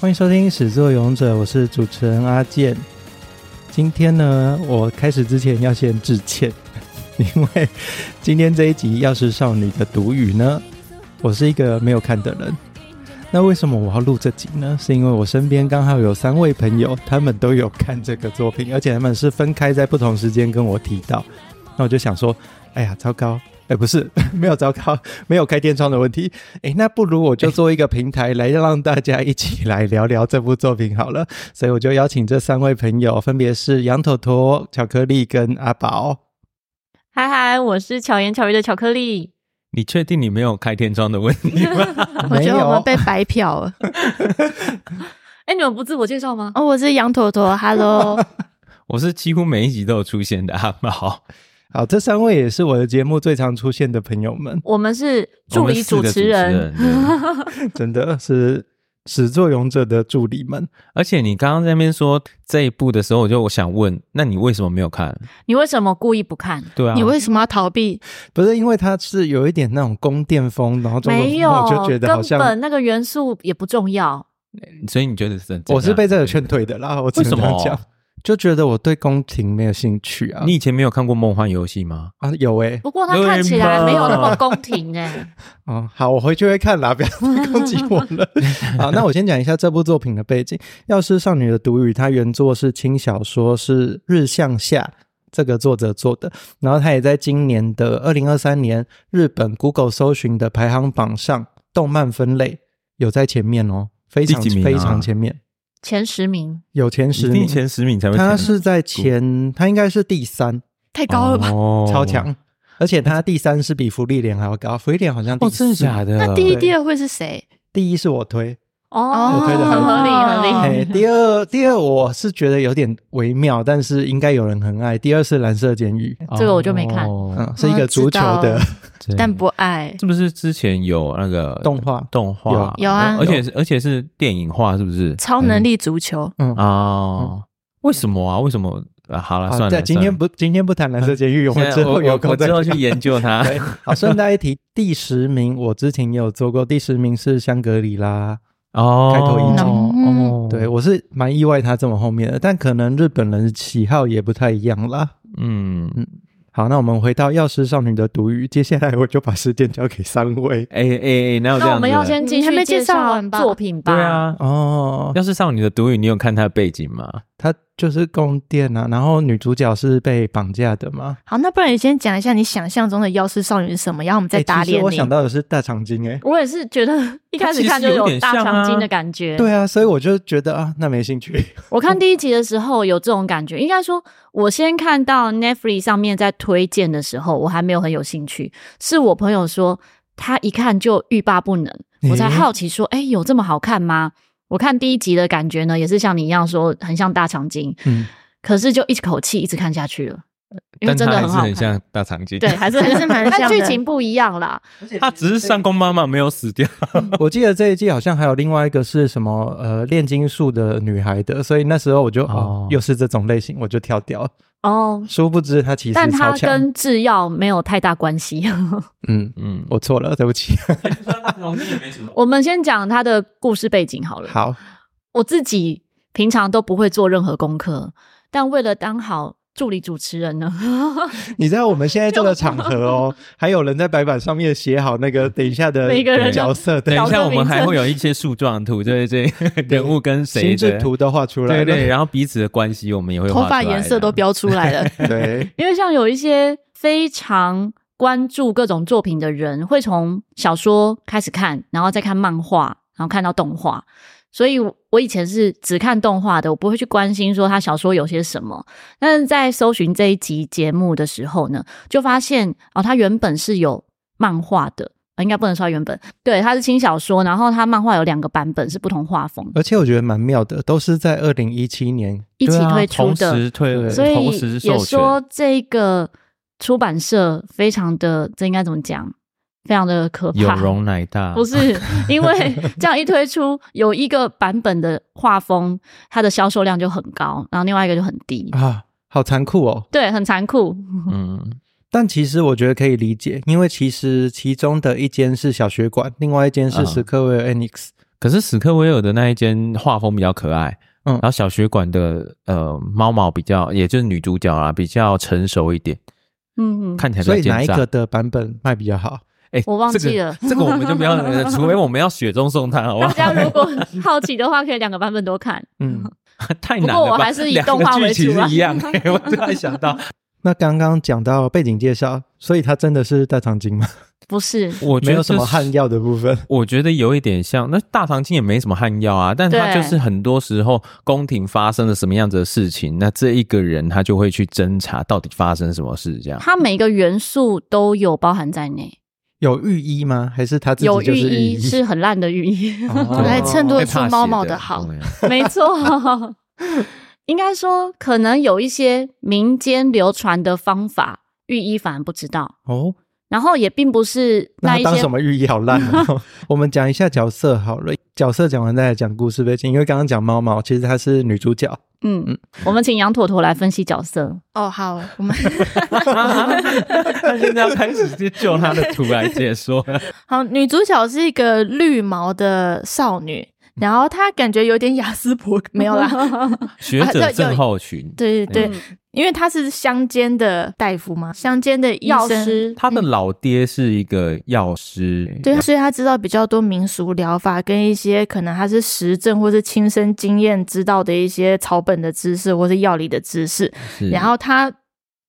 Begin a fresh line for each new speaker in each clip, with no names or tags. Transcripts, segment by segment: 欢迎收听《始作俑者》，我是主持人阿健。今天呢，我开始之前要先致歉， 因为今天这一集《钥匙少女》的读语呢，我是一个没有看的人。那为什么我要录这集呢？是因为我身边刚好有三位朋友，他们都有看这个作品，而且他们是分开在不同时间跟我提到。那我就想说，哎呀，糟糕！哎，不是， 没有糟糕，没有开天窗的问题。哎，那不如我就做一个平台来让大家一起来聊聊这部作品好了。所以我就邀请这三位朋友，分别是羊头头、巧克力跟阿宝。
嗨嗨，我是巧言巧语的巧克力。
你确定你没有开天窗的问题 吗？
我觉
没
得
有
我们被白嫖了。
哎、你们不自我介绍吗？
哦，我是羊坨坨 ，Hello，
啊我是几乎每一集都有出现的阿 毛，
好，这三位也是我的节目最常出现的朋友们，
我们是助理主
我们四个主
持
持
人。
人对嗯
真的是始作俑者的助理们。
而且你刚刚在那边说这一部的时候，我就我想问，那你为什么没有看？
你为什么故意不看？
对啊，
你为什么要逃避？
不是因为他是有一点那种宫殿风，然后中国
没有，
我就觉得好
根
像
本那个元素也不重要。
所以你觉得是
我是被这个劝退的啦。我只
为
能
什
这样
么？
讲，就觉得我对宫廷没有兴趣啊。
你以前没有看过《梦幻游戏》吗？
啊有诶、
不过它看起来没有那么宫廷哎、
哦，好，我回去会看啦，不要再 攻击我 了。好，那我先讲一下这部作品的背景，《药师少女的独语》，它原作是轻小说，是日向夏这个作者做的，然后它也在今年的二零二三年日本 Google 搜寻的排行榜上，动漫分类有在前面哦，非常、
第几名啊
非常前面，
前十名，
有前十
一定
名，
前十名才会看。
它是在前，它应该是第三，
太高了吧？
哦
超强，而且它第三是比福利莲还要高，福利莲好像第
哦，
四，
真的假的？
那第一、
对
第二会是谁？
第一是我推。
哦，
我推得
很
很
合理，
好
合
啊
理。
哎，
嗯
第二第二我是觉得有点微妙，但是应该有人很爱。第二是蓝色监狱，
嗯
这个我就没看
哦
嗯，是一个足球的
我知道，
对
但不爱。
是不是之前有那个
动画
动画
有有啊
而且是而且是电影化，是不是？
超能力足球，
嗯
啊、哦为什么啊？为什么？啊、好了，算
对
了，
今天不今天不谈蓝色监狱，我
算
们
了
之后有
我我
空再
之后去
讲
研究它。
对，好，顺带一提，第十名我之前也有做过，第十名是香格里拉。
哦，
开头一
集嗯
哦，
对，我是蛮意外它这么后面的，但可能日本人喜好也不太一样啦。
嗯，
好，那我们回到《药师少女的毒语》，接下来我就把时间交给三位。
哎哎哎，哪有这样子的？
那我们要先继
你还
续
没
介
介绍完吧
作品吧。
对，啊。
哦，
要是少女的独语，你有看它的背景吗？
她就是宫殿啊，然后女主角是被绑架的嘛，
好，那不然你先讲一下你想象中的妖师少女是什么，然后我们
哎
再
欸
打
其实
脸
我
你。
想到的是大长今，哎，
我也是觉得 一开始看就大长今的感觉。
对啊，所以我就觉得啊，那没兴趣。
我看第一集的时候有这种感觉，应该说，我先看到 Netflix 上面在推荐的时候，我还没有很有兴趣，是我朋友说他一看就欲罢不能，我才
诶
好奇说，哎、有这么好看吗？我看第一集的感觉呢，也是像你一样说很像大长今，
嗯，
可是就一口气一直看下去了，因为
但
真
它
的
还是
好
很
看。
像大长今。
对，，还是
还是蛮像
但
的
剧情不一样啦。
它只是上宫妈妈没有死掉。
我记得这一季好像还有另外一个是什么呃炼金术的女孩的，所以那时候我就哦
哦
又是这种类型，我就跳掉了。
哦，
殊不知她其实
但
超
它
强。
跟制药没有太大关系。
嗯，
嗯，
我错了，对不起。
我们先讲它的故事背景好了。
好，
我自己平常都不会做任何功课，但为了当好助理主持人呢，
你知道我们现在这个场合哦，还有人在白板上面写好那个等一下的
每个人
角色，
等
对
一下，我们还会有一些树状图，对对对，人物跟谁
心智
的
图都画出来了，
对对，然后彼此的关系我们也会画
头发
出来
颜色
的
都标出 来了，
对，
因为像有一些非常关注各种作品的人，会从小说开始看，然后再看漫画，然后看到动画。所以我，我以前是只看动画的，我不会去关心说他小说有些什么。但是在搜寻这一集节目的时候呢，就发现哦，它原本是有漫画的，呃应该不能说它原本，对，它是轻小说，然后它漫画有两个版本是不同画风，
而且我觉得蛮妙的，都是在二零一七年
一起
对啊
推出的，
同时推，
所
同
以
时
也
授权。
说这个出版社非常的，这应该怎么讲？非常的可
有
怕。
容啊乃 大，
不是因为这样一推出，有一个版本的画风，它的销售量就很高，然后另外一个就很低，
啊，好残酷哦。
对，很残酷。
嗯，
但其实我觉得可以理解，因为其实其中的一间是小学馆，另外一间是
嗯
史克威尔 Enix，、
可是史克威尔的那一间画风比较可爱，
嗯
然后小学馆的呃猫毛比较，也就是女主角啊比较成熟一点，
嗯，
看起来
所
比较
以哪一
奸诈
个的版本卖比较好？
哎，
我忘记了
这个，这个我们就不要， 呃除非我们要雪中送炭，好不
大
好？
家如果好奇的话，可以两个版本都看。
嗯，
太
不
难了吧。
过我还是以
两个
动画为
剧情
主啊
是一 样的、我突然想到，
那刚刚讲到背景介绍，所以它真的是大长今吗？
不是，
我觉
没
得
有什么
就是
汉药的部分。
我觉得有一点像，那大长今也没什么汉药啊，但他
对
就是很多时候宫廷发生了什么样子的事情，那这一个人他就会去侦查到底发生什么事，这样。
它每个元素都有包含在内，
有御医吗？还是他自己
有
就
寓
是御
意是很烂的寓意，
哦
我还衬托
会
出
怕血
猫猫的好
对
没错。应该说，可能有一些民间流传的方法，御医反而不知道，
哦，
然后也并不是
那
一
他当
些
什么御医好烂哦。我们讲一下角色好了，角色讲完再来讲故事背景，因为刚刚讲猫猫，其实她是女主角。
嗯，我们请杨妥妥来分析角色。
哦，好，我们
他现在要开始去就他的图来解 说，
好，女主角是一个绿毛的少女，
嗯
然后她感觉有点雅斯伯 格，没有啦，
学者症候群。
对对对，
嗯
因为她是乡间的大夫嘛，乡间的医
药
生，
师，
他的老爹是一个药师，
对，所以她知道比较多民俗疗法跟一些可能她是实证或是亲身经验知道的一些草本的知识或是药理的知识，
是
然后她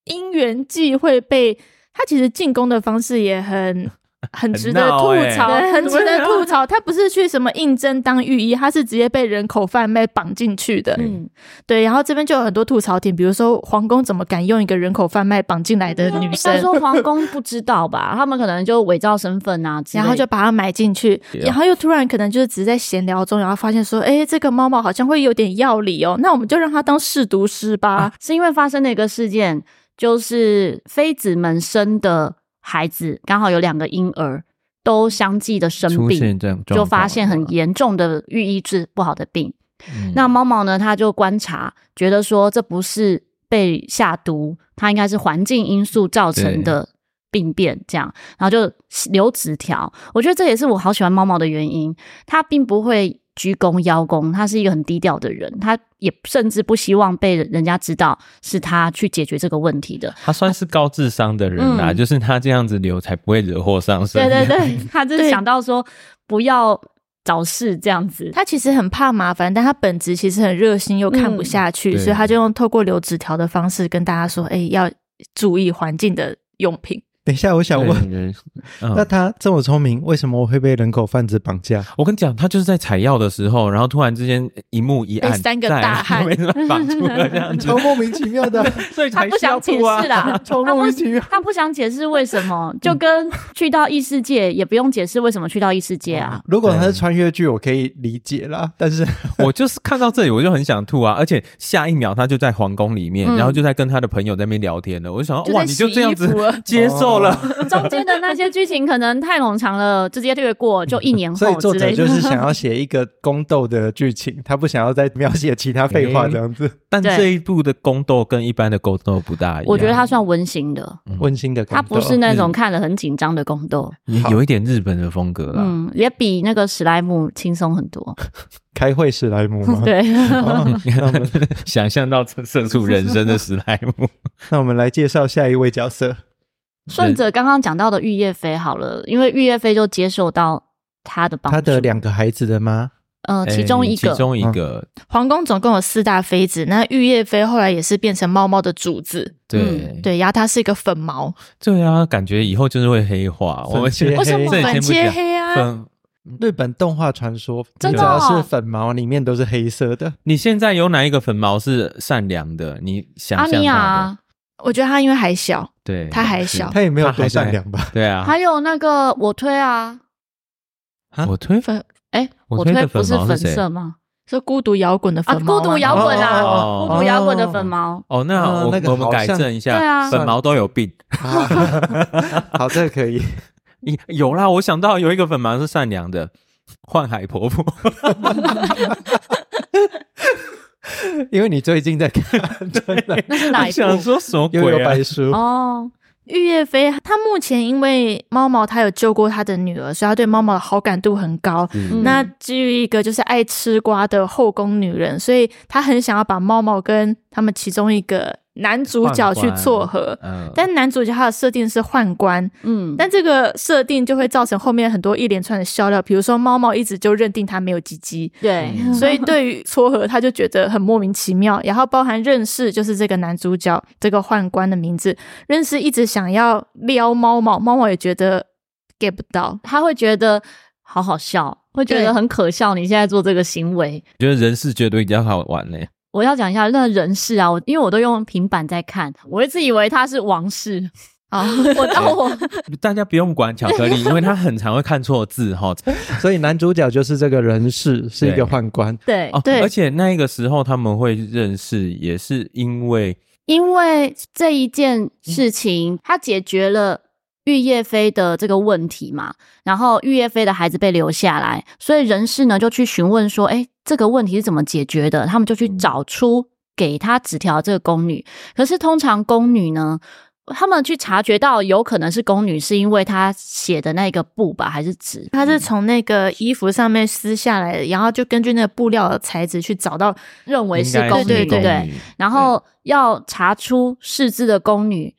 因缘际会被她其实进攻的方式也很。很值得
很闹
吐
欸
槽，
对
很值
对
得
啊
吐槽。她不是去什么应征当御医，她是直接被人口贩卖绑进去的。
嗯，
对，然后这边就有很多吐槽点，比如说皇宫怎么敢用一个人口贩卖绑进来的女
应该
生，
说皇宫不知道吧， 他们可能就伪造身份啊之类
然
的，
后就把它买进去，
对啊
然后又突然可能就是只是在闲聊中，然后发现说，哎，这个猫猫好像会有点药理哦，那我们就让它当试毒师
啊
吧。
是因为发生了一个事件，就是妃子们生的孩子刚好有两个婴儿都相继的生
出
病
现，这样
就发现很严重的寓意治不好的病。那
么
猫毛呢，他就观察，觉得说这不是被下毒，它应该是环境因素造成的病变，这样，然后就留纸条。我觉得这也是我好喜欢猫毛的原因，它并不会鞠躬邀功，它是一个很低调的人，他也甚至不希望被人家知道是他去解决这个问题的。
他算是高智商的人啦、
嗯
就是他这样子留才不会惹祸上身。
对对 对，他就是
对
想到说不要找事这样子。
它其实很怕麻烦，但它本质其实很热心，又看不
嗯
下去，
对
所以它就用透过留纸条的方式跟大家说，哎，要注意环境的用品。
等一下，我想问，
人，
那
嗯，
她这么聪明，为什么会被人口贩子绑 架？
我跟你讲，他就是在采药的时候，然后突然之间一幕一暗，
被三 个大汉
没办法绑住了这样 子，
超莫名其妙的，啊
所以
他
才
不
需要
想解
哭啊
释。啦，
超莫名其妙。
他不想解释为什么，就跟去到异世界也不用解释为什么去到异世界啊。
如果他是穿越剧，我可以理解啦，但是
我就是看到这里，我就很想吐啊！而且下一秒他就在皇宫里面，
嗯
然后就在跟他的朋友在那边聊天了。我就想
就
说，哇，
在
你
洗
就这样
衣
子
服啊哦了
接
哦
受了，
中间的那些剧情可能太冗长了，直接略过，就一年
所以
后
作
之
者
类
就
的。
是想要写一个宫斗的剧情，他不想要再描写其他废话这样 子，
但
对
这一部的宫斗跟一般的宫斗不大一样，
我觉得它算温馨 的，
温馨的宫
它
斗。啊
不是那
嗯
种看了很紧张的宫斗，
也有一点日本的风格啦。
嗯，也比那个史莱姆轻松很多。
开会史莱姆 吗？
对，
哦那我们
想象到这射出人生的史莱姆，
那我们来介绍下一位角 色，
顺着刚刚讲到的玉叶飞好了，因为玉叶飞就接受到他的帮助，
他的两个孩子的妈，
呃其中一
哎
个
其中一个，
皇宫总共有四大妃子，那玉叶妃后来也是变成猫猫的主子，嗯
对
对，然后她是一个粉毛，
对啊，感觉以后就是会黑化。我们
切
先
为什么
这里先
粉
不
切
讲
黑 啊？
粉，
日本动画传说，
真
只
的
要
哦
是粉毛里面都是黑色的，
你现在有哪一个粉毛是善良的？你想
阿
象
尼啊
他的，
亚，
我觉得他因为还小，
对，
他还
是
小
他也没有
他还
多善
在
良吧？
对啊，
还有那个我推啊，
啊
我推粉
粉
哎，
我
我
推
推
的
不
粉
是
毛是
粉
谁
色吗？
是孤独摇滚的
啊，
粉毛、
孤独摇滚啊，
哦
孤独摇滚的粉毛，
哦，那
哦
我
那个
我们
好
改
像
正一
对
下，
啊
粉毛都有病。
好，这个可以。
你有啦，我想到有一个粉毛是善良的，幻海婆婆。
因为你最近在看，真的
那是哪一部？
想说什么
又有
鬼啊？
白书，
哦，
玉叶飞他目前因为猫毛他有救过他的女儿，所以他对猫毛的好感度很高。
嗯
那至于一个就是爱吃瓜的后宫女人，所以他很想要把猫毛跟他们其中一个男主角去撮合。
嗯，
但男主角他的设定是宦官，
嗯，
但这个设定就会造成后面很多一连串的笑料，比如说猫毛一直就认定他没有鸡鸡，
对，
嗯
所以对于撮合他就觉得很莫名其妙。然后包含认识就是这个男主角这个宦官的名字，认识一直想要撩猫毛，猫毛也觉得 get 不到，
他会觉得好好笑，会觉
对
得很可笑。你现在做这个行为，
我觉得人事绝对比较好玩呢、
我要讲一下那人事啊，我因为我都用平板在看，我一直以为他是王室，
啊，
我哦到我
大家不用管巧克力，因为他很常会看错字哈。
所以男主角就是这个人士，是一个宦官。
对
哦，
对
而且那个时候他们会认识，也是因为
因为这一
嗯
件事情，它解决了玉叶飞的这个问题嘛，然后玉叶飞的孩子被留下来，所以人事呢就去询问说，哎，这个问题是怎么解决的？他们就
嗯
去找出给他纸条的这个宫女，可是通常宫女呢。他们去察觉到有可能是宫女，是因为她写的那个布吧，还是纸？
他
嗯
是从那个衣服上面撕下来的，然后就根据那个布料的材质去找到
认为
应
是
该
宫
是
女，
对
对
对
对，然后要查出识字的宫女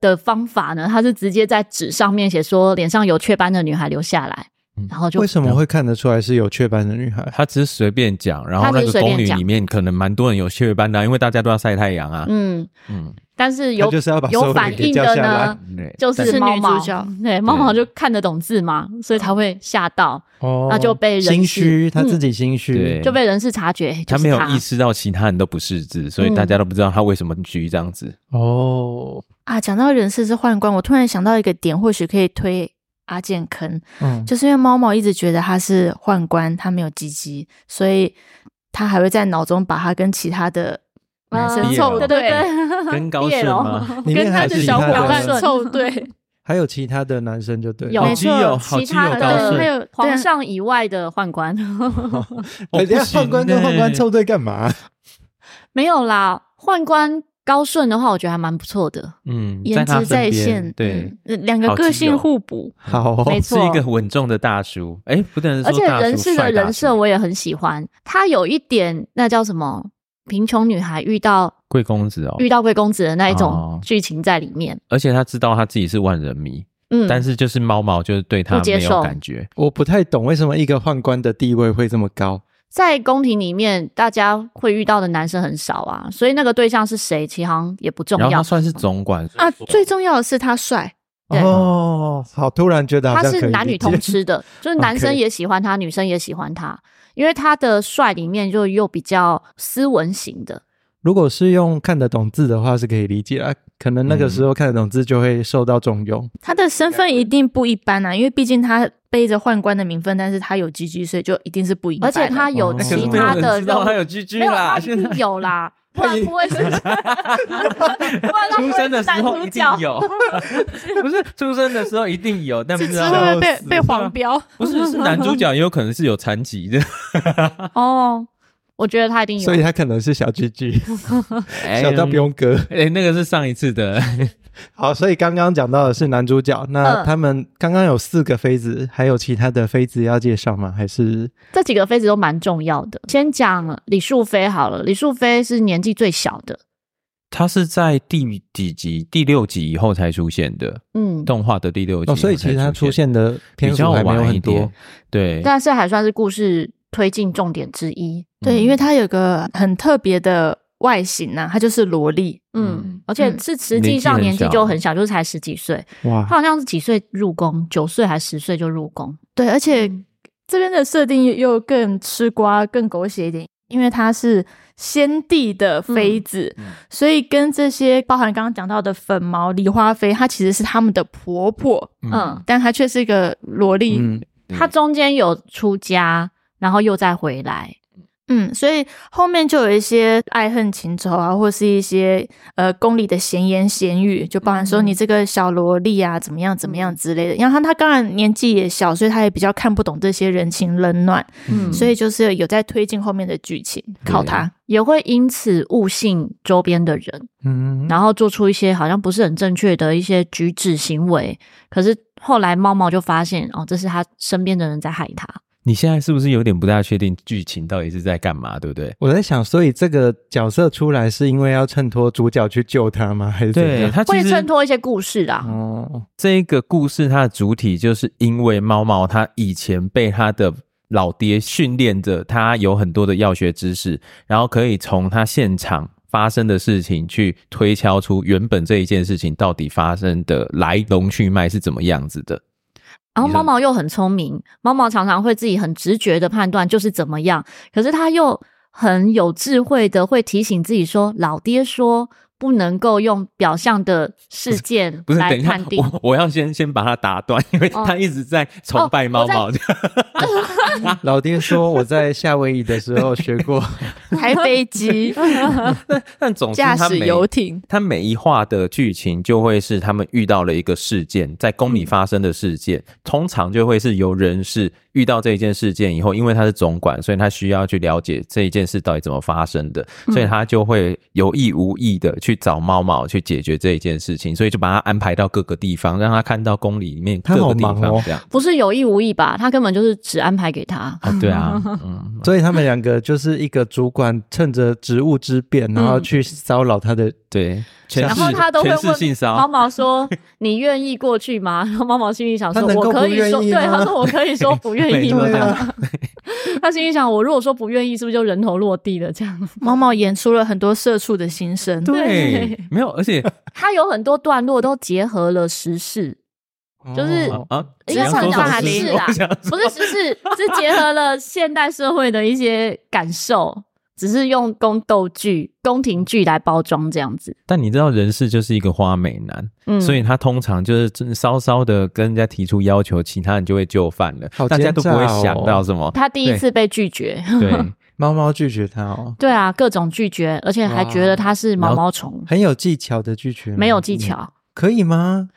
的方法呢，他是直接在纸上面写说脸上有雀斑的女孩留下来
嗯，
然后就
为什么会看得出来是有雀斑的女孩？
他只是随便讲，然后
他只
那
是
个
随便
宫女
讲
里面可能蛮多人有雀斑的啊、因为大家都要晒太阳啊。
嗯，
嗯，
但是
他
有
就是要把所
有
有
反
人给
应
叫
的
下来
呢，就
但是
是猫
女
毛
主角，
对猫毛就看得懂字嘛，所以才会吓到，
哦
那就被人事
心虚，他
嗯
自己心虚
对。
就被人事察觉，就
他
是
没有意识到其他人都不识字，
嗯
所以大家都不知道他为什么举这样子。
哦，
啊。讲到人事是宦官，我突然想到一个点，或许可以推阿健坑，
嗯，
就是因为猫毛一直觉得他是宦官，他没有鸡鸡，所以他还会在脑中把他跟其他的男
嗯
生
啊毕业
凑
了
对 对对，
跟高
叶
顺
柔
吗？
里面
跟他
还
的
是
小伙
其他的
伴
顺
凑 对，
还有其他的男生就对了，
有
好
没
基
错
友，好
其
基
他
友高
的
还
顺。
有对
皇上以外的宦官。
哦
人家
不行
宦官跟宦官
呢
凑对干 嘛？
没有啦，宦官高顺的话，我觉得还蛮不错的。
嗯，
颜
他
值在
身边
线，
对，
嗯，两个
好基
个性
友
互补。
好哦，
没
是
错
一个稳重的大叔。哎，不能说
而且
大叔
人事
帅
的
大
人
叔
设我也很喜欢，他有一点那叫什么？贫穷女孩遇到
贵公子哦，
遇到贵公子的那一种
哦
剧情在里面，
而且他知道他自己是万人迷，
嗯，
但是就是猫毛就是对他
不接
没有
受
感觉。
我不太懂为什么一个宦官的地位会这么高。
在宫廷里面，大家会遇到的男生很少啊，所以那个对象是谁，其实好像也不重
然后他
要。
算是总管
啊，最重要的是他帅，
对
哦，好，突然觉得好
他
像
是
可以
男女
理解
通吃的，就是男生
OK
也喜欢他，女生也喜欢他，因为他的帅里面就又比较斯文型的，
如果是用看得懂字的话，是可以理解啊。可能
嗯
那个时候看得懂字就会受到重用。
他的身份一定不一般啊，因为毕竟他背着宦官的名分，但是他有鸡鸡，所以就一定是不一般
而
的。
且
嗯
他有
哦那可是
其
没有
他
人
的任务
有 GG
没有，他一定有 啦，不然不会是，不然他不
出
会
生的
是
时
男
候
主
一定
角。
有，不是 出生的时候一定有， 但不
这
知
只
道
会不会被 被黄标？
不是是男主角也有可能是有残疾的，
哦，我觉得他一定有
所。以他可能是小 G G，小
小
到不。用割。
哎，那个是上一次的，
好，所以刚刚讲到的是男主角，那
嗯
他们刚刚有四个妃子，还有其他的妃子要介绍吗？还是
这几个妃子都蛮重要的。先讲李淑妃好了，李淑妃是年纪最小的，
他是在第几集？第六集以后才出现的，
嗯，
动画的第六集以
哦，
后才。
所以其实他出现的
比
篇
较
幅还没有
晚一
很
点
多。，
对，
但是还算是故事推进重点之一。
对，因为
他
他有个很特别的外形呐、啊，他就是萝莉。
嗯，而且是实际上年
年纪
纪
很小啊
就很小，就是才十几岁，
哇
她，好像是几岁入宫，九岁还十岁就入宫。
对，而且这边的设定又又更吃瓜、更狗血一点，因为她是先帝的妃子，
嗯嗯
所以跟这些包含刚刚讲到的粉毛、梨花妃，她其实是他们的婆婆，
嗯，
但她却是一个萝莉。
嗯，
对
她中间有出家，然后又再回来，
嗯，所以后面就有一些爱恨情仇啊，或是一些呃宫里的闲言闲语，就包含说
嗯
你这个小萝莉啊，怎么样怎么样之类的。然后他他当然年纪也小，所以他也比较看不懂这些人情冷暖，
嗯
所以就是有在推进后面的剧情，靠他。
也会因此误信周边的人，
嗯，
然后做出一些好像不是很正确的一些举止行为。可是后来猫猫就发现，哦，这是他身边的人在害他。
你现在是不是有点不大确定剧情到底是在干嘛，对不对？
我在想，所以这个角色出来是因为要衬托主角去救他吗？还是怎
对，
样？
它其
会衬
实
托一些故事啊，
哦，
这个故事它的主体就是因为猫猫它以前被它的老爹训练着，它有很多的药学知识，然后可以从它现场发生的事情去推敲出原本这一件事情到底发生的来龙去脉是怎么样子的。
然后
你
猫
说
猫又很聪明，猫猫常常会自己很直觉的判断就是怎么样，可是它又很有智慧的会提醒自己说，老爹说不能够用表象的事件
不是，
来
等一下
判，定。
我我要先先把它打断，因为它一直在崇拜猫猫。
老爹说我在夏威夷的时候学过，
开飞机、
但总之，
驾
它
驶
每
游艇，
它每一话的剧情就会是他们遇到了一个事件，在宫
嗯
里发生的事件，通常就会是由人事遇到这一件事件以后，因为他是总管，所以他需要去了解这一件事到底怎么发生的，
嗯
所以他就会有意无意的去找猫猫去解决这一件事情，所以就把他安排到各个地方，让他看到宫里里面各
他好
个地
忙
方
哦
这样。
不是有意无意吧？他根本就是只安排给他。
啊，对啊，嗯，
所以他们两个就是一个主管趁着职务之便，然
嗯
后去骚扰他的。
对，全
然
是
后他都会
全是
问
性
猫
骚
毛说：“你愿意过去吗？”然后猫毛心里想说
他：“能够
我可以说，
不愿意
对，
吗
他说我可以说不愿意吗
没错？”
他心里想：“我如果说不愿意，是不是就人头落地了？”这样，
猫猫演出了很多社畜的心声。
对
对，
没有，而且
他有很多段落都结合了时事， 就是
哦
啊，
应
你
该
要
算啊
说什么
法
事
律
情
啦
我想
不是时事，是结合了现代社会的一些感受，只是用宫斗剧、宫廷剧来包装这样子。
但你知道，人事就是一个花美男，
嗯，
所以他通常就是真稍稍的跟人家提出要求，其他人就会就范了，
好
大家都不会
奸诈哦
想到 什么。
他第一次被拒绝，
对，
猫猫拒绝他哦，
对啊，各种拒绝，而且还觉得他是毛毛虫，
很有技巧的拒绝吗，
没有技巧。
嗯
可以吗？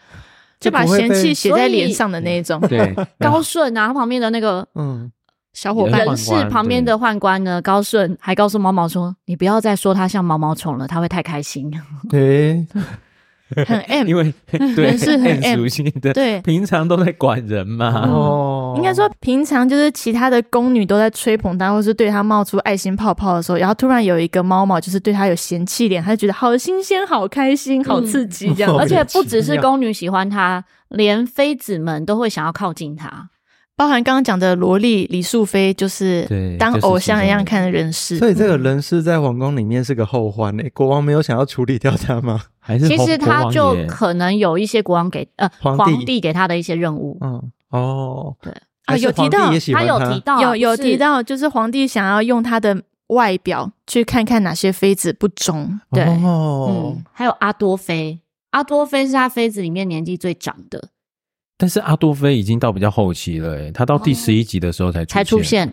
就把
不会
嫌弃
被
写在脸上的那一种，
对，
高顺啊，他旁边的那个
嗯，
小伙伴
人
人事旁边的宦官呢，高顺还告诉毛毛说：“你不要再说他像毛毛虫了，他会太开心。
哦诶，
嗯
很 M，
因为对
人事很
很熟悉的，
对
平常都在管人嘛。
哦，
应该说，平常就是其他的宫女都在吹捧她，或是对她冒出爱心泡泡的时候，然后突然有一个猫猫就是对她有嫌弃脸，她就觉得好新鲜、好开心、好刺激这样。
嗯
而
而且
且不只
莫名其
是
妙
宫女喜欢他，连妃子们都会想要靠近他。
包含刚刚讲的萝莉李素妃，就是
对
当
就是
偶像一样
这种
看的人士。
所以这个人是在皇宫里面是个后患诶、国王没有想要处理掉他吗？
还是
其
侯
实他
侯
就
王爷
可能有一些国王给呃
皇帝
皇帝给他的一些任务，
嗯，哦，
对
还是
有提
皇帝
到
也喜
他
欢
有提到
有有提
哦是
到，就是皇帝想要用她的外表去看看哪些妃子不忠。
对
哦
嗯，，还有阿多菲，阿多菲是他妃子里面年纪最长的
但是阿多菲已经到比较后期了，哎，他到第十一集的时候才
才出，现，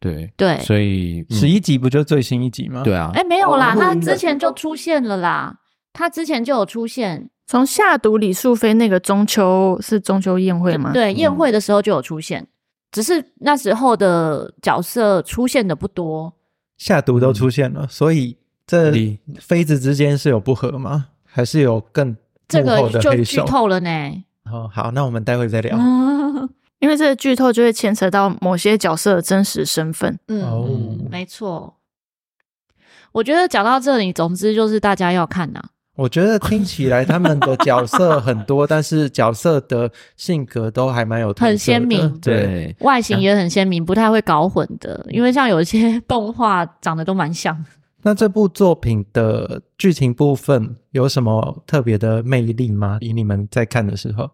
对，
对，
所以嗯
十一集不就最新一集吗？
对，啊
哎、，没有啦，
哦
他之前就出现了啦，他之前就有出现，
从下毒李素妃那个中秋是中秋宴会吗？
对，宴会的时候就有出现，只是那时候的角色出现的不多，
下毒都出现了，所以这
你
妃子之间是有不和吗？还是有更
这
幕
个
后的
就
黑
剧
手？
透了呢。
哦，好，那我们待会再聊。
嗯，
因为这个剧透就会牵扯到某些角色的真实身份。
哦
嗯
没错。我觉得讲到这里，总之就是大家要看呐、
我觉得听起来他们的角色很多，但是角色的性格都还蛮有特色的
很鲜明
对，
对，
外形也很鲜明，不太会搞混的，因为像有一些 动画长得都蛮像的。
那这部作品的剧情部分有什么特别的魅力吗？以你们在看的时候，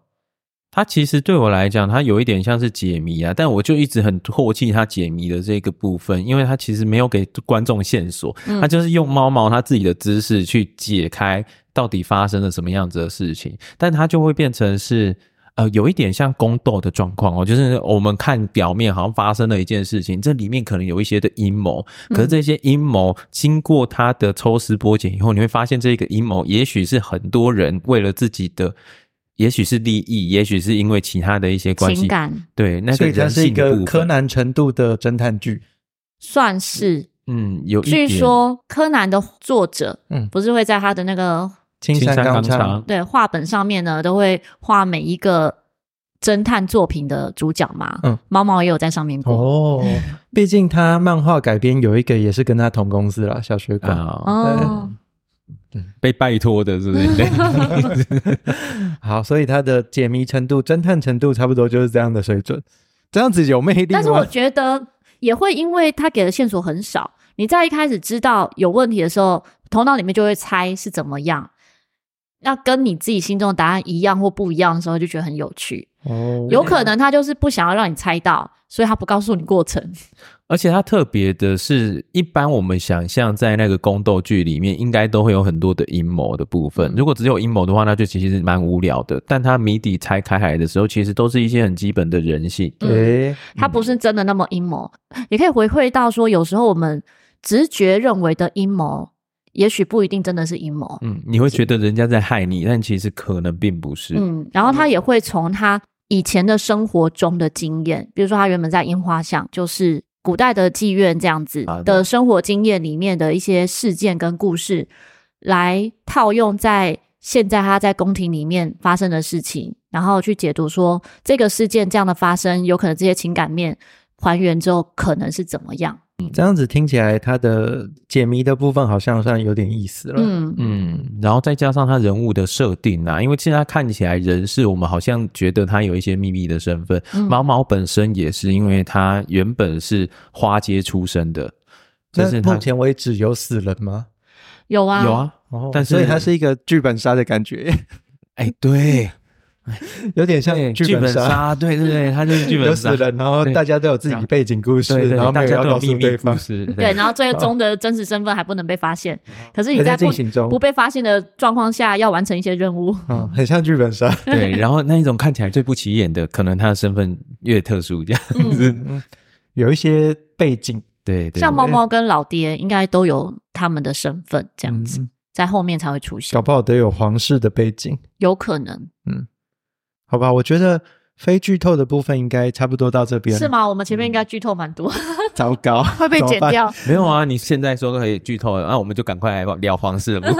它其实对我来讲，它有一点像是解谜啊，但我就一直很唾弃它解谜的这个部分，因为它其实没有给观众线索，
嗯
它就是用猫毛它自己的知识去解开到底发生了什么样子的事情，但它就会变成是。呃，有一点像宫斗的状况哦，就是我们看表面好像发生了一件事情，这里面可能有一些的阴谋，
嗯
可是这些阴谋经过他的抽丝剥茧以后，你会发现这个阴谋也许是很多人为了自己的，也许是利益，也许是因为其他的一些关
情
系，
感
对，那
所
个
以它
人
是一
性的部
个
分
柯，南程度的侦探剧。
算是。
嗯，有一
据
点
说柯南的作者，
嗯
嗯，不是会在他的那个
青
青
山
山
刚
刚
昌，
昌，
对画本上面呢，都会画每一个侦探作品的主角嘛。
嗯
嗯，猫猫也有在上面过。
哦，毕竟他漫画改编有一个也是跟他同公司啦，小学馆。
啊，
哦，
被拜托的 是 不是？
好，所以他的解谜程度、侦探程度差不多就是这样的水准，这样子有魅力吗？
但是我觉得也会因为他给的线索很少，你在一开始知道有问题的时候，头脑里面就会猜是怎么样。那跟你自己心中的答案一样或不一样的时候，就觉得很有趣。
哦
有可能他就是不想要让你猜到，所以他不告诉你过程。
而且它特别的是，一般我们想象在那个宫斗剧里面，应该都会有很多的阴谋的部
嗯
分。如果只有阴谋的话，那就其实蛮无聊的。但它谜底拆开来的时候，其实都是一些很基本的人性。
嗯
诶、
它
嗯
不是真的那么阴谋，也可以回馈到说，有时候我们直觉认为的阴谋，也许不一定真的是阴谋。
嗯，你会觉得人家在害你，但其实可能并不是。
嗯，然后他也会从他以前的生活中的经验，比如说他原本在樱花巷，就是古代的妓院这样子
好的
的生活经验里面的一些事件跟故事，来套用在现在他在宫廷里面发生的事情，然后去解读说这个事件这样的发生，有可能这些情感面还原之后可能是怎么样。
这样子听起来，他的解谜的部分好像算有点意思了。
嗯，
嗯，然后再加上他人物的设定啊，因为其实他看起来人是我们好像觉得他有一些秘密的身份。
嗯
毛毛本身也是，因为他原本是花街出身的，就
那
是他
目前为止有死人吗？
有啊，
有啊，
哦，
但是
所以它是一个剧本杀的感觉，
哎、对，
有点像
对
本杀。，
对对对，他就是剧
有
本
死
杀，
人，然后
对
大家都有自己背景故事，
对对，
然后
大
没有
家
要
都
告
有
诉
秘密
对
故
方，
事，
对，然后最终的真实身份还不能被发现，可是你
还在
在不
进行中
不被发现的状况下，要完成一些任务。
嗯，很像剧本杀。
对，然后那一种看起来最不起眼的，可能他的身份越特殊，这样
嗯
子，
有一些背景，
对对，
像猫猫跟老爹应该都有他们的身份，这样子、
嗯
在后面才会出现
搞，不好得有皇室的背景，
有可能
好吧？我觉得非剧透的部分应该差不多到这边，
是？吗？我们前面应该剧透蛮多，
糟糕，
会被
怎么
剪
办
掉。
没有啊，你现在说可以剧透了，那、啊我们就赶快来聊皇室了。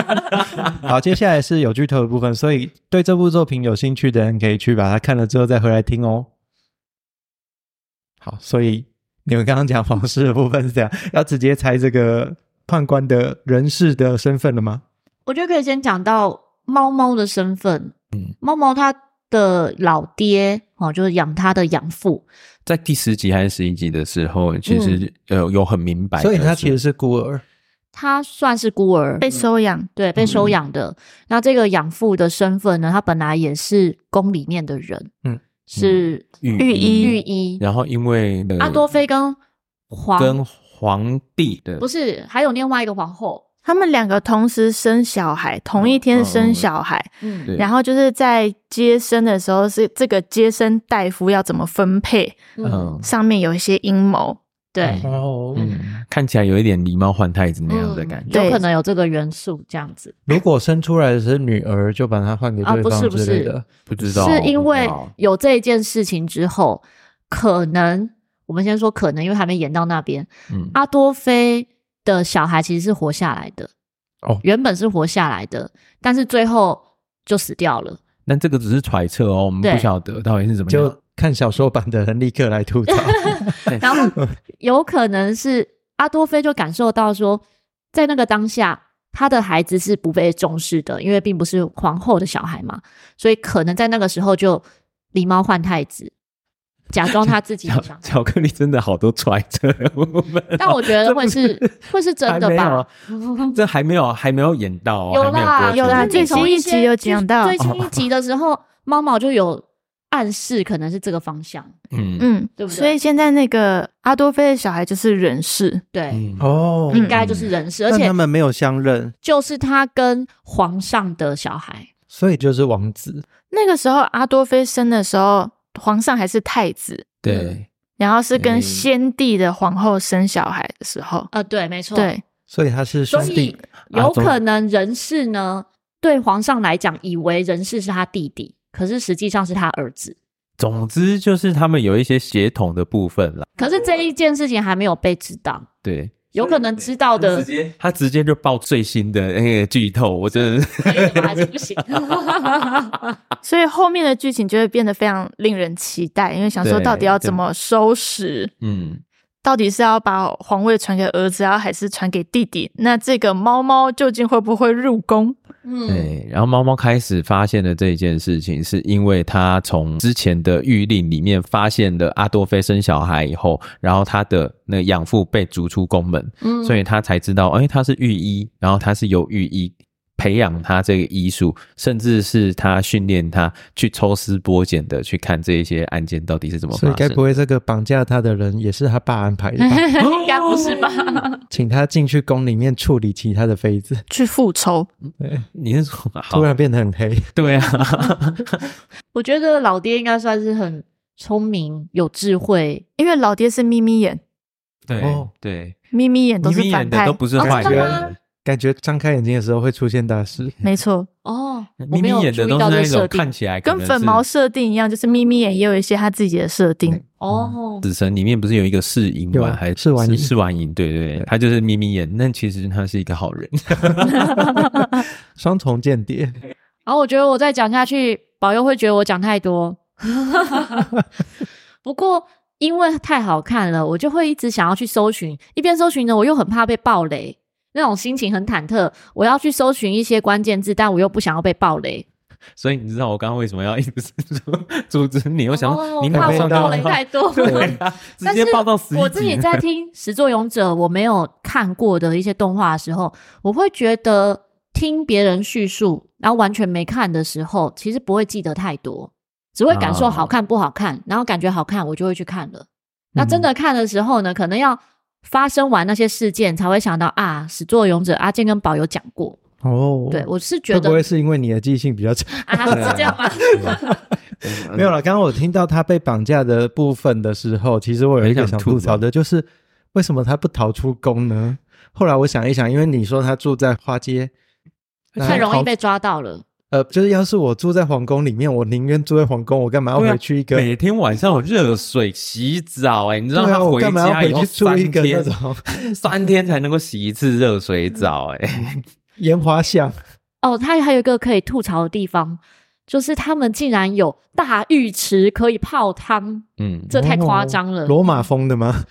好，接下来是有剧透的部分，所以对这部作品有兴趣的人可以去把它看了之后再回来听哦。好，所以你们刚刚讲皇室的部分是这样，要直接猜这个判官的人士的身份了吗？
我觉得可以先讲到猫猫的身份。嗯，猫猫它的老爹哦，就是养它的养父，
在第十集还是十一集的时候，其实、
嗯
呃有很明白的是，
所以他其实是孤儿，
他算是孤儿，
被收养，
对，被
嗯
收养的。那这个养父的身份呢，他本来也是宫里面的人，
嗯
嗯，是
嗯御
医
御医。
然后因为、呃、
阿多菲跟皇
跟皇帝的
不是，还有另外一个皇后，
他们两个同时生小孩，同一天生小孩，
嗯，
哦对
然后就是在接生的时候，是这个接生大夫要怎么分配，
嗯，
嗯
上面有一些阴谋。
对，
哦
嗯，看起来有一点狸猫换太子那样的感觉。
对
嗯有可能有这个元素这样子，
如果生出来的是女儿，就把它换给
啊
对
不
方
是不
之类的。
不知道，
是因为
不知道
有这件事情之后，可能我们先说可能，因为还没演到那边，
嗯
阿多菲的小孩其实是活下来的，
哦
原本是活下来的，但是最后就死掉了。
但这个只是揣测哦，我们不
对
晓得到底是怎么样。
就看小说版的人立刻来吐槽，
然 后有可能是阿多菲就感受到说，在那个当下，他的孩子是不被重视的，因为并不是皇后的小孩嘛，所以可能在那个时候就狸猫换太子，假装他自己
巧。
不 想
巧克力真的好多揣测的部分哦，
但我觉得
这不
会是会是真的
啊
吧？
这还没有啊还没有演到哦，还没
啦
播出
有啦
啦，
这
最
最新
新
一集有讲到
最新一集的时 候，猫猫就有暗示可能是这个方向，
嗯
嗯，
对不对
所以现在那个阿多菲的小孩就是人事，
对，
嗯
哦
嗯应该就是人事，而
但
且
他们没有相认，
就是他跟皇上的小孩。
所以就是王子，
那个时候阿多菲生的时候，皇上还是太子，
对，
然后是
哎
跟先帝的皇后生小孩的时候，
呃，对，没错，，
对，
所以他是兄
所以
弟，
有
总
可能人事呢，对皇上来讲，以为人事是他弟弟，可是实际上是他儿子。
总之就是他们有一些协同的部分啦。
可是这一件事情还没有被知道，
对，
有可能知道的
接他直接就爆最新的那个剧透，我真的是
可以吗还是不行？
所以后面的剧情就会变得非常令人期待，因为想说
对
到底要怎么收拾，
嗯，
到底是要把皇位传给儿子，然啊后还是传给弟弟？那这个猫猫究竟会不会入宫？
嗯，
对。哎然后猫猫开始发现了这一件事情，是因为他从之前的谕令里面发现了阿多菲生小孩以后，然后他的那个养父被逐出宫门，
嗯
所以他才知道，哎、他是御医，然后他是由御医培养他这个医术，甚至是他训练他去抽丝剥�茧的去看这一些案件到底是怎么
所以
发
该
生
不
的。
会这个绑架他的人也是他爸安排的吧？
应该不是吧？
请他进去宫里面处理其他的妃子，
去复仇？
对，
你是说好
突然变得很黑。
对啊？
我觉得老爹应该算是很聪明、有智慧，
因为老爹是眯眯眼，
对、
哦
对，
眯眯眼都
眯
是
眯
反
眼
派，
的都不是
哦
坏
真的
人。
吗
感觉张开眼睛的时候会出现大事，
没错，
哦，我
眯
没
眯
有
眼的
注意
都是
到这
那
个
种
设定
看起来可
跟
能
粉
是
毛设定一样，就是眯眯眼也有一些他自己的设定。
嗯
哦。
子神里面不是有一个试银
有
丸
啊
还
试完银
试完银？对对对，他就是眯眯眼，那其实他是一个好人。
双重间谍，
然后我觉得我再讲下去，保佑会觉得我讲太 多。不过因为太好看了，我就会一直想要去搜寻，一边搜寻呢，我又很怕被暴雷，那种心情很忐忑。我要去搜寻一些关键字，但我又不想要被暴雷。
所以你知道我刚刚为什么要一直 阻止你？我想
哦
说你
我怕
马
我
上就
暴
要
雷太 多。
对啊，直
但
接
是
报到十一
我自己
集
在听《始作俑者》，我没有看过的一些动画的时候，我会觉得听别人叙述，然后完全没看的时候，其实不会记得太多，只会感受
啊
好看不好看，然后感觉好看，我就会去看了。那真的看的时候呢，可能要发生完那些事件，才会想到啊，《始作俑者》阿健跟宝有讲过。
哦，
对，我是觉
会不
得
会是因为你的记性比较差？
啊，是这样吗？
没
嗯
有了。刚刚我听到他被绑架的部分的时候，其实我有一个想吐槽的，就是为什么他不逃出宫呢？后来我想一想，因为你说他住在花街，那
太容易
逃
被抓到了。
呃，就是要是我住在皇宫里面，我宁愿住在皇宫，我干嘛要
对啊
回去一个？
每天晚上有热水洗澡、哎，你知
对
道
啊，
他
我干嘛
家以
要
后
回去住一
三
个那
天，
种
三天才能够洗一次热水澡、哎，
烟花巷？
哦，它还有一个可以吐槽的地方，就是他们竟然有大浴池可以泡汤，
嗯，
这太夸张了。
哦罗马风的 吗？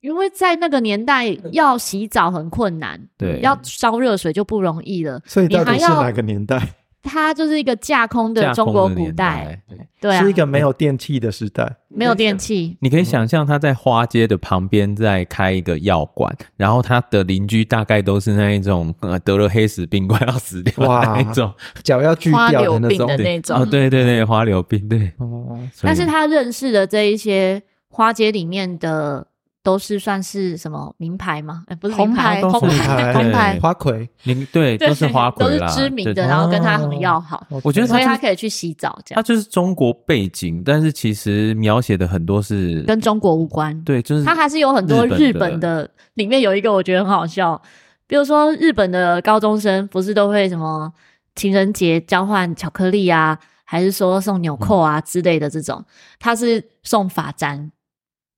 因为在那个年代要洗澡很困难，
对
要烧热水就不容易了。
所以
你
到底
还
是哪
要
个年代？
它就是一个架空的
架
中
空
国
的
古
年
代，
代，对
对啊，
是一个没有电器的时代。
没有电器，
你可以
嗯
想象他在花街的旁边在开一个药馆，然后他的邻居大概都是那一种呃得了黑死病快要死掉的
哇
那一种，
脚要锯
花
掉
柳
的那
病的
种。
那
哦，
种，
对对对，花柳病，对。
哦，
所以
但是他认识的这一些花街里面的。都是算是什么名牌吗？哎，不是名
红
牌，
牌
红
红
红
牌，
牌，
红牌
花魁，
你对
对
都是花魁啦，
都是知名
对
的，然后跟他很要
哦
好，
我觉得
所以
他
他
就是
可以去洗澡，这样
他就是中国背景，但是其实描写的很多是
跟中国无关。
对，就是
它还是有很多日
日
本
本
的，里面有一个我觉得很好笑，比如说日本的高中生不是都会什么情人节交换巧克力啊，还是说送纽扣啊之类的这种，他是送发簪，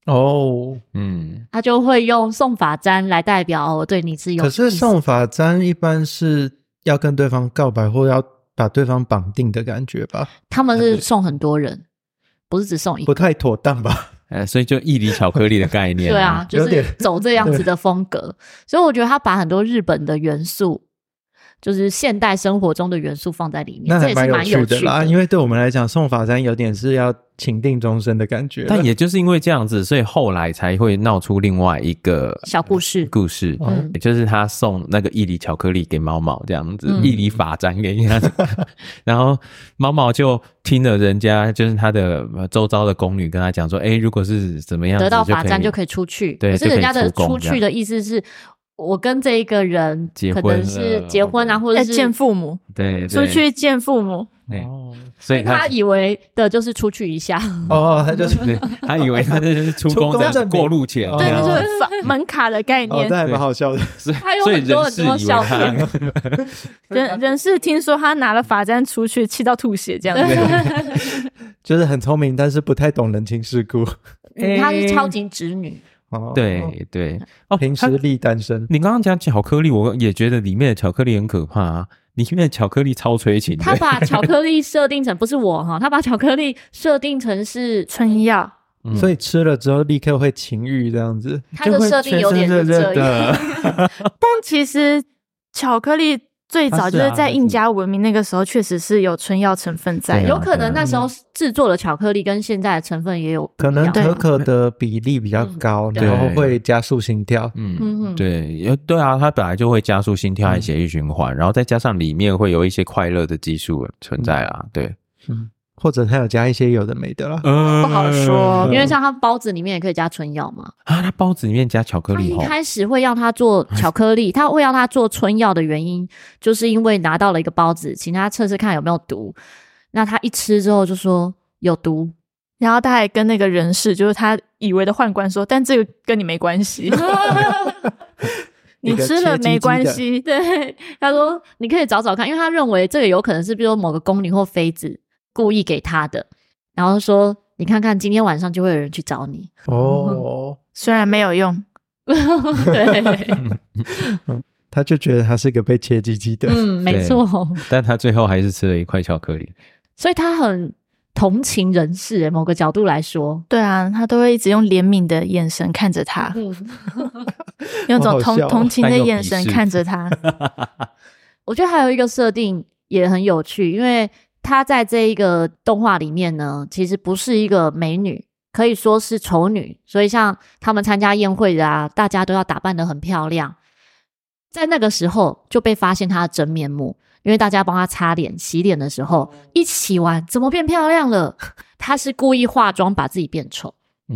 哦。
嗯，
他就会用送发簪来代表、哦、我对你是有
可
意思。
是送法簪一般是要跟对方告白或要把对方绑定的感觉吧，
他们是送很多人，不是只送一
不
个。
太妥当吧？
呃，所以就意里巧克力的概 念，
对啊，，就
有
是
点
走这样子的风格，所以我觉得他把很多日本的元素，就是现代生活中的元素放在里面，
那
这
还
也是
有
蛮有
的
趣
啦，因为对我们来讲，送法簪有点是要情定终身的感觉了。
但也就是因为这样子，所以后来才会闹出另外一个
小故事。
故事，
哦
嗯
也就是他送那个一粒巧克力给猫猫这样子，
嗯
一粒法簪给他， 然后猫猫就听了人家就是他的呃周遭的宫女跟他讲说，哎、如果是怎么样子
得到罚站
就
就
以
可以出去。
对
可是人家的
就可以出
出
宫
去的意思是我跟这一个人
结
可
婚
能是
了
结婚啊，或者
要
是
哎见父母，
对，对
出，去见父母，
对
哦
所以
他
他
以为的就是出去一下，
哦，他就是
对他以为他这就是出
出
工
工
这样
证明
过路钱，
哦
对，
这样
那就是法门卡的概
哦，
念
这。还蛮好笑的。
所以
他有
所以
很多
人事以
很多
为
小
他
人人是听说他拿了罚单出去，气到吐血这 样子。
就是很聪明，但是不太懂人情世故。
哎
她是超级直女，
哦，
对对哦，
凭
他
实力单身。
你刚刚讲巧克力，我也觉得里面的巧克力很可怕啊，里面的巧克力超催情的
她，把巧克力设定成不是我哈，她把巧克力设定成是
春药，
嗯
所以吃了之后立刻会情欲这样子，
她的设定有点
就会
是
全身热
这
热
样，
的。
但其实巧克力最早就是在印加文明那个时候，确实是有春药成分在
对啊
的。
哎有可能那时候制作的巧克力跟现在的成分也有 不
可
一
能
样
可可的比例比较高，
嗯对
然后会加速心跳。
嗯，
嗯嗯，
对，也对啊，它本来就会加速心跳和血液循环，然后再加上里面会有一些快乐的激素存在啦，对，
嗯，或者他有加一些有的没的
嗯
啦。
不
不好说
因为像它包子里面也可以加春药嘛，
呃啊，它包子里面加巧克
他
力
一
哦，
开始会让他做
哎
巧克力，他会让他做春药的原因，就是因为拿到了一个包子，请他测试看有没有毒。那他一吃之后就说有毒，
然后他还跟那个人事，就是他以为的宦官说，但这个跟你没关系，你吃了没关系。对，
他说你可以找找看，因为他认为这个有可能是比如说某个宫女或妃子故意给他的，然后说你看看今天晚上就会有人去找你。
哦，
虽然没有用，
对，
他就觉得他是个被切鸡鸡的。
嗯，没错，
但他最后还是吃了一块巧克力，
所以他很同情人世，某个角度来说，
对啊，他都会一直用怜悯的眼神看着他，
嗯。
用一种
好好
同
笑哦
同情的
但又
眼
鄙
神
视
看着他。
我觉得还有一个设定也很有趣，因为她在这一个动画里面呢，其实不是一个美女，可以说是丑女。所以像他们参加宴会的啊，大家都要打扮得很漂亮。在那个时候就被发现她的真面目，因为大家帮她擦脸、洗脸的时候，一洗完怎么变漂亮了？她是故意化妆把自己变丑。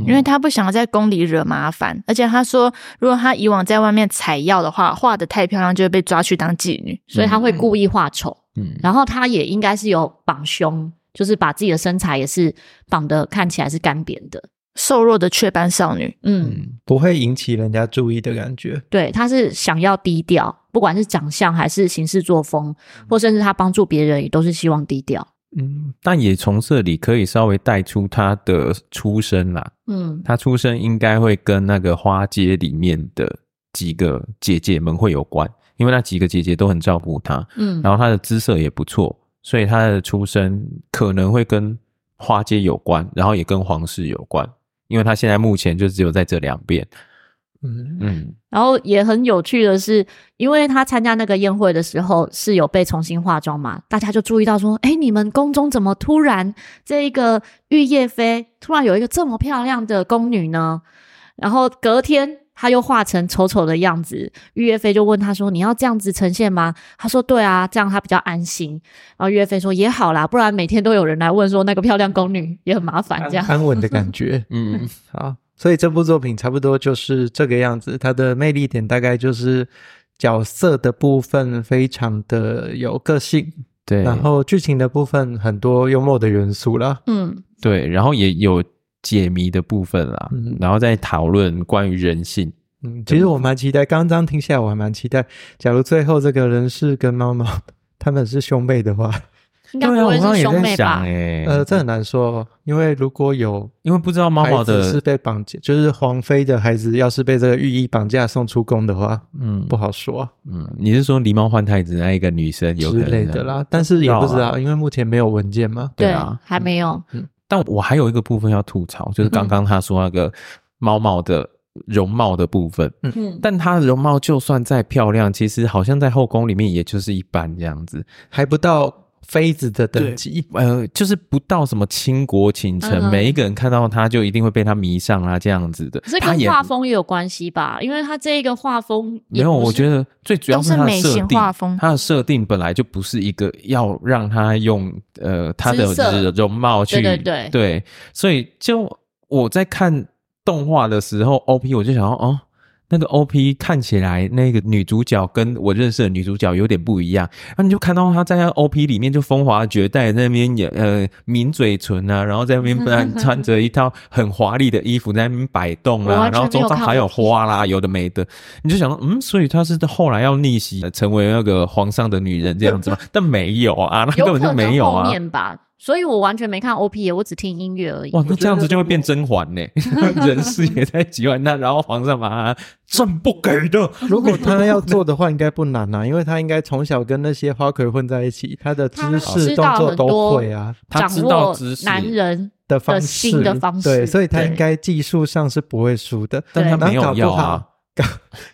因为
他
他不想要在宫里惹麻烦，而且他说，如果他以往在外面采药的话，画的太漂亮就会被抓去当妓女。
所以他会故意画丑。
嗯
然后他也应该是有绑胸，就是把自己的身材也是绑的看起来是干瘪的。
瘦弱的雀斑少女，
嗯，
不会引起人家注意的感觉，
对，他是想要低调，不管是长相还是行事作风，或甚至他帮助别人，也都是希望低调。
嗯，但也从这里可以稍微带出他的出身啦，
嗯，
他出生应该会跟那个花街里面的几个姐姐们会有关，因为那几个姐姐都很照顾他，
嗯
然后他的姿色也不错，所以他的出身可能会跟花街有关，然后也跟皇室有关，因为他现在目前就只有在这两边。
嗯，
嗯，。
然后也很有趣的是，因为他参加那个宴会的时候是有被重新化妆嘛，大家就注意到说，哎，你们宫中怎么突然这一个玉叶妃突然有一个这么漂亮的宫女呢？然后隔天她又化成丑丑的样子，玉叶妃就问她说：“你要这样子呈现吗？”她说：“对啊，这样她比较安心。”然后玉叶妃说：“也好啦，不然每天都有人来问说那个漂亮宫女也很麻烦 这样。”
安稳的感觉
嗯，
好，所以这部作品差不多就是这个样子。它的魅力点大概就是角色的部分非常的有个性，
对，
然后剧情的部分很多幽默的元素啦。
嗯，
对，然后也有解谜的部分啦，
嗯
然后再讨论关于人性。
嗯，其实我蛮期待，刚刚听下来我还蛮期待，假如最后这个人是跟猫猫他们是兄妹的话，
应该
对啊，
不
我
会
刚刚
是
也
兄
在
妹吧
想、？欸，
呃，这很难说哦，因为如果有
因为不知道猫
孩
猫
子是
的，
被绑架，就是皇妃的孩子，要是被这个御医绑架送出宫的话，
嗯
不好说啊
嗯，你是说狸猫换太子那一个女生有可
之
能
类的啦。但是也不知道，因为目前没有文件嘛。
对
对
啊
还没有。
但我还有一个部分要吐槽，
嗯
就是刚刚他说那个猫猫的容貌的部分，
嗯，
但她的容貌就算再漂亮，其实好像在后宫里面也就是一般这样子，
还不到妃子的等级。
呃，就是不到什么倾国倾城，
嗯嗯
每一个人看到她就一定会被她迷上啊这样子的。
这
她
跟
也
画风也有关系吧？因为他这一个画风
没有，我
得
觉得最主要
都
她
是
的
美
设
型
定
画风，
她的设定本来就不是一个要让她用呃她的
姿色
容貌去
对对对
所以就我在看动画的时候，OP 我就想要哦，那个 OP 看起来那个女主角跟我认识的女主角有点不一样，然后你就看到她在那 OP 里面就风华绝代，在那边也呃抿嘴唇啊，然后在 那边穿着一套很华丽的衣服在那边摆动
我
啦、
完全
然后
没
周
有
遭
看
还有
过
花啦，有的没的，你就想说嗯，所以她是后来要逆袭、呃成为那个皇上的女人这样子 吗？但没有啊，那根
有可
本就
能
没有
后
啊。
面吧，所以我完全没看 OP，耶我只听音乐而已。
哇，那这样子就会变甄嬛 呢、人事也在喜欢她，然后皇上把她朕不给的，
如 果他要做的话，应该不难啊，因为他应该从小跟那些花魁混在一起，他的
他
知识
知
动
道
作
很
都
多
会啊
她
掌
知道
握
知识
男人
的方式
新的方式，
对，所以他
对
应该技术上是不会输的。
对
但她
然
没
后
有
搞不
要
好，
啊。
搞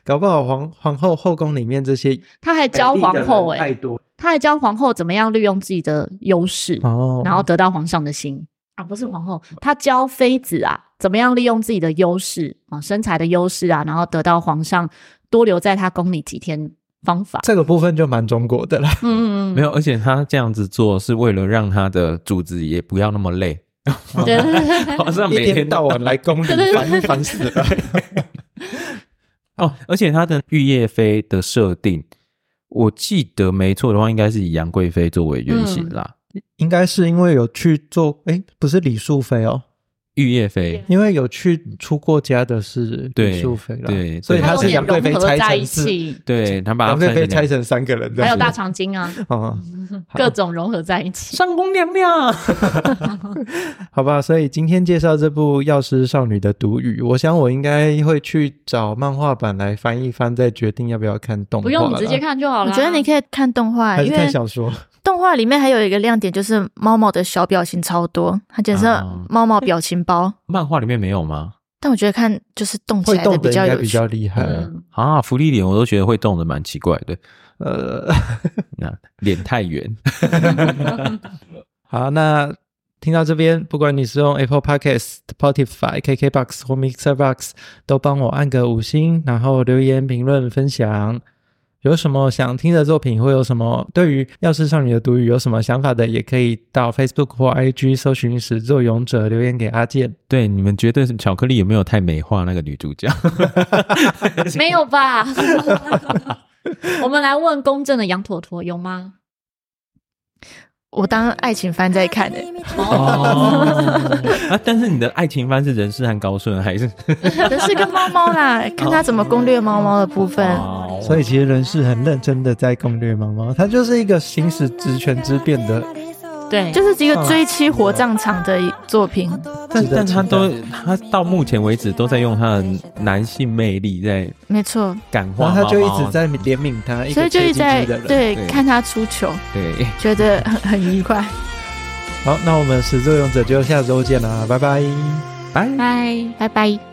搞不好皇皇后后宫里面这些
他还教皇后哎、
多
他还教皇后怎么样利用自己的优势，
哦，
然后得到皇上的心啊，不是皇后，他教妃子啊怎么样利用自己的优势啊，身材的优势啊，然后得到皇上多留在他宫里几天方法。
这个部分就蛮中国的啦。
嗯嗯嗯，
没有，而且他这样子做是为了让他的主子也不要那么累。
对对 对对
皇上每
一天
天
到晚来宫里，烦烦死了。
哦，而且他的玉叶妃的设定，我记得没错的话，应该是以杨贵妃作为原型啦。
应该是因为有去做，哎，不是李素妃哦，
嗯
玉叶妃，
因为有去出过家的是
对
李素妃啦，
对
所以
对
他
她
有
是
点
杨贵妃
融合
拆
在一
成四，
起，
对他把
杨
她
贵妃
分成
拆
两
成三个人，
还有大长今啊，
哦，
各种融合在一 起。
上宫娘娘。
好吧，所以今天介绍这部《药师少女的独语》，我想我应该会去找漫画版来翻一翻，再决定要不要看动画。
不用你直接，看就好
我
了。
觉得你可以看动画，
还是
因
看
为
小说。
动画里面还有一个亮点就是猫猫的小表情超多，它简直是
啊
猫猫表情包。
漫画里面没有吗？
但我觉得看就是动起
会
来的
动的应
较
该
有
比
趣
较。厉害。
嗯，
啊，福利脸我都觉得会动的蛮奇怪的，
呃，
那脸太圆。
好，那听到这边，不管你是用 Apple Podcast、Spotify、KKBox 或 Mixer Box，都帮我按个五星，然后留言、评论、分享。有什么想听的作品，或有什么对于《药师少女的独语》有什么想法的，也可以到 Facebook 或 IG 搜寻“始作俑者”留言给阿健。
对，你们觉得巧克力有没有太美化那个女主角？
没有吧？ 我们来问公正的羊坨坨有吗？
我当爱情番在 看诶、
哦， 啊，但是你的爱情番是人事和高顺还是？
可是跟猫猫啦， 看它怎么攻略猫猫的部分。
哦
所以其实人是很认真的在攻略猫猫，它就是一个行使职权之变的。
对，就
就是一个追妻火葬场的一作品，
但
值得
但他
期待
都他到目前为止都在用他的男性魅力在
没错，
感
然
化
后
猫猫，
他就一直在怜悯他，一
所
个
以就
切
是
鸡鸡
在
的人。
对
对
看它出糗，
对。
觉得很很愉快。
好，那我们始作俑者就下周见啦，拜拜。
拜拜。
拜拜。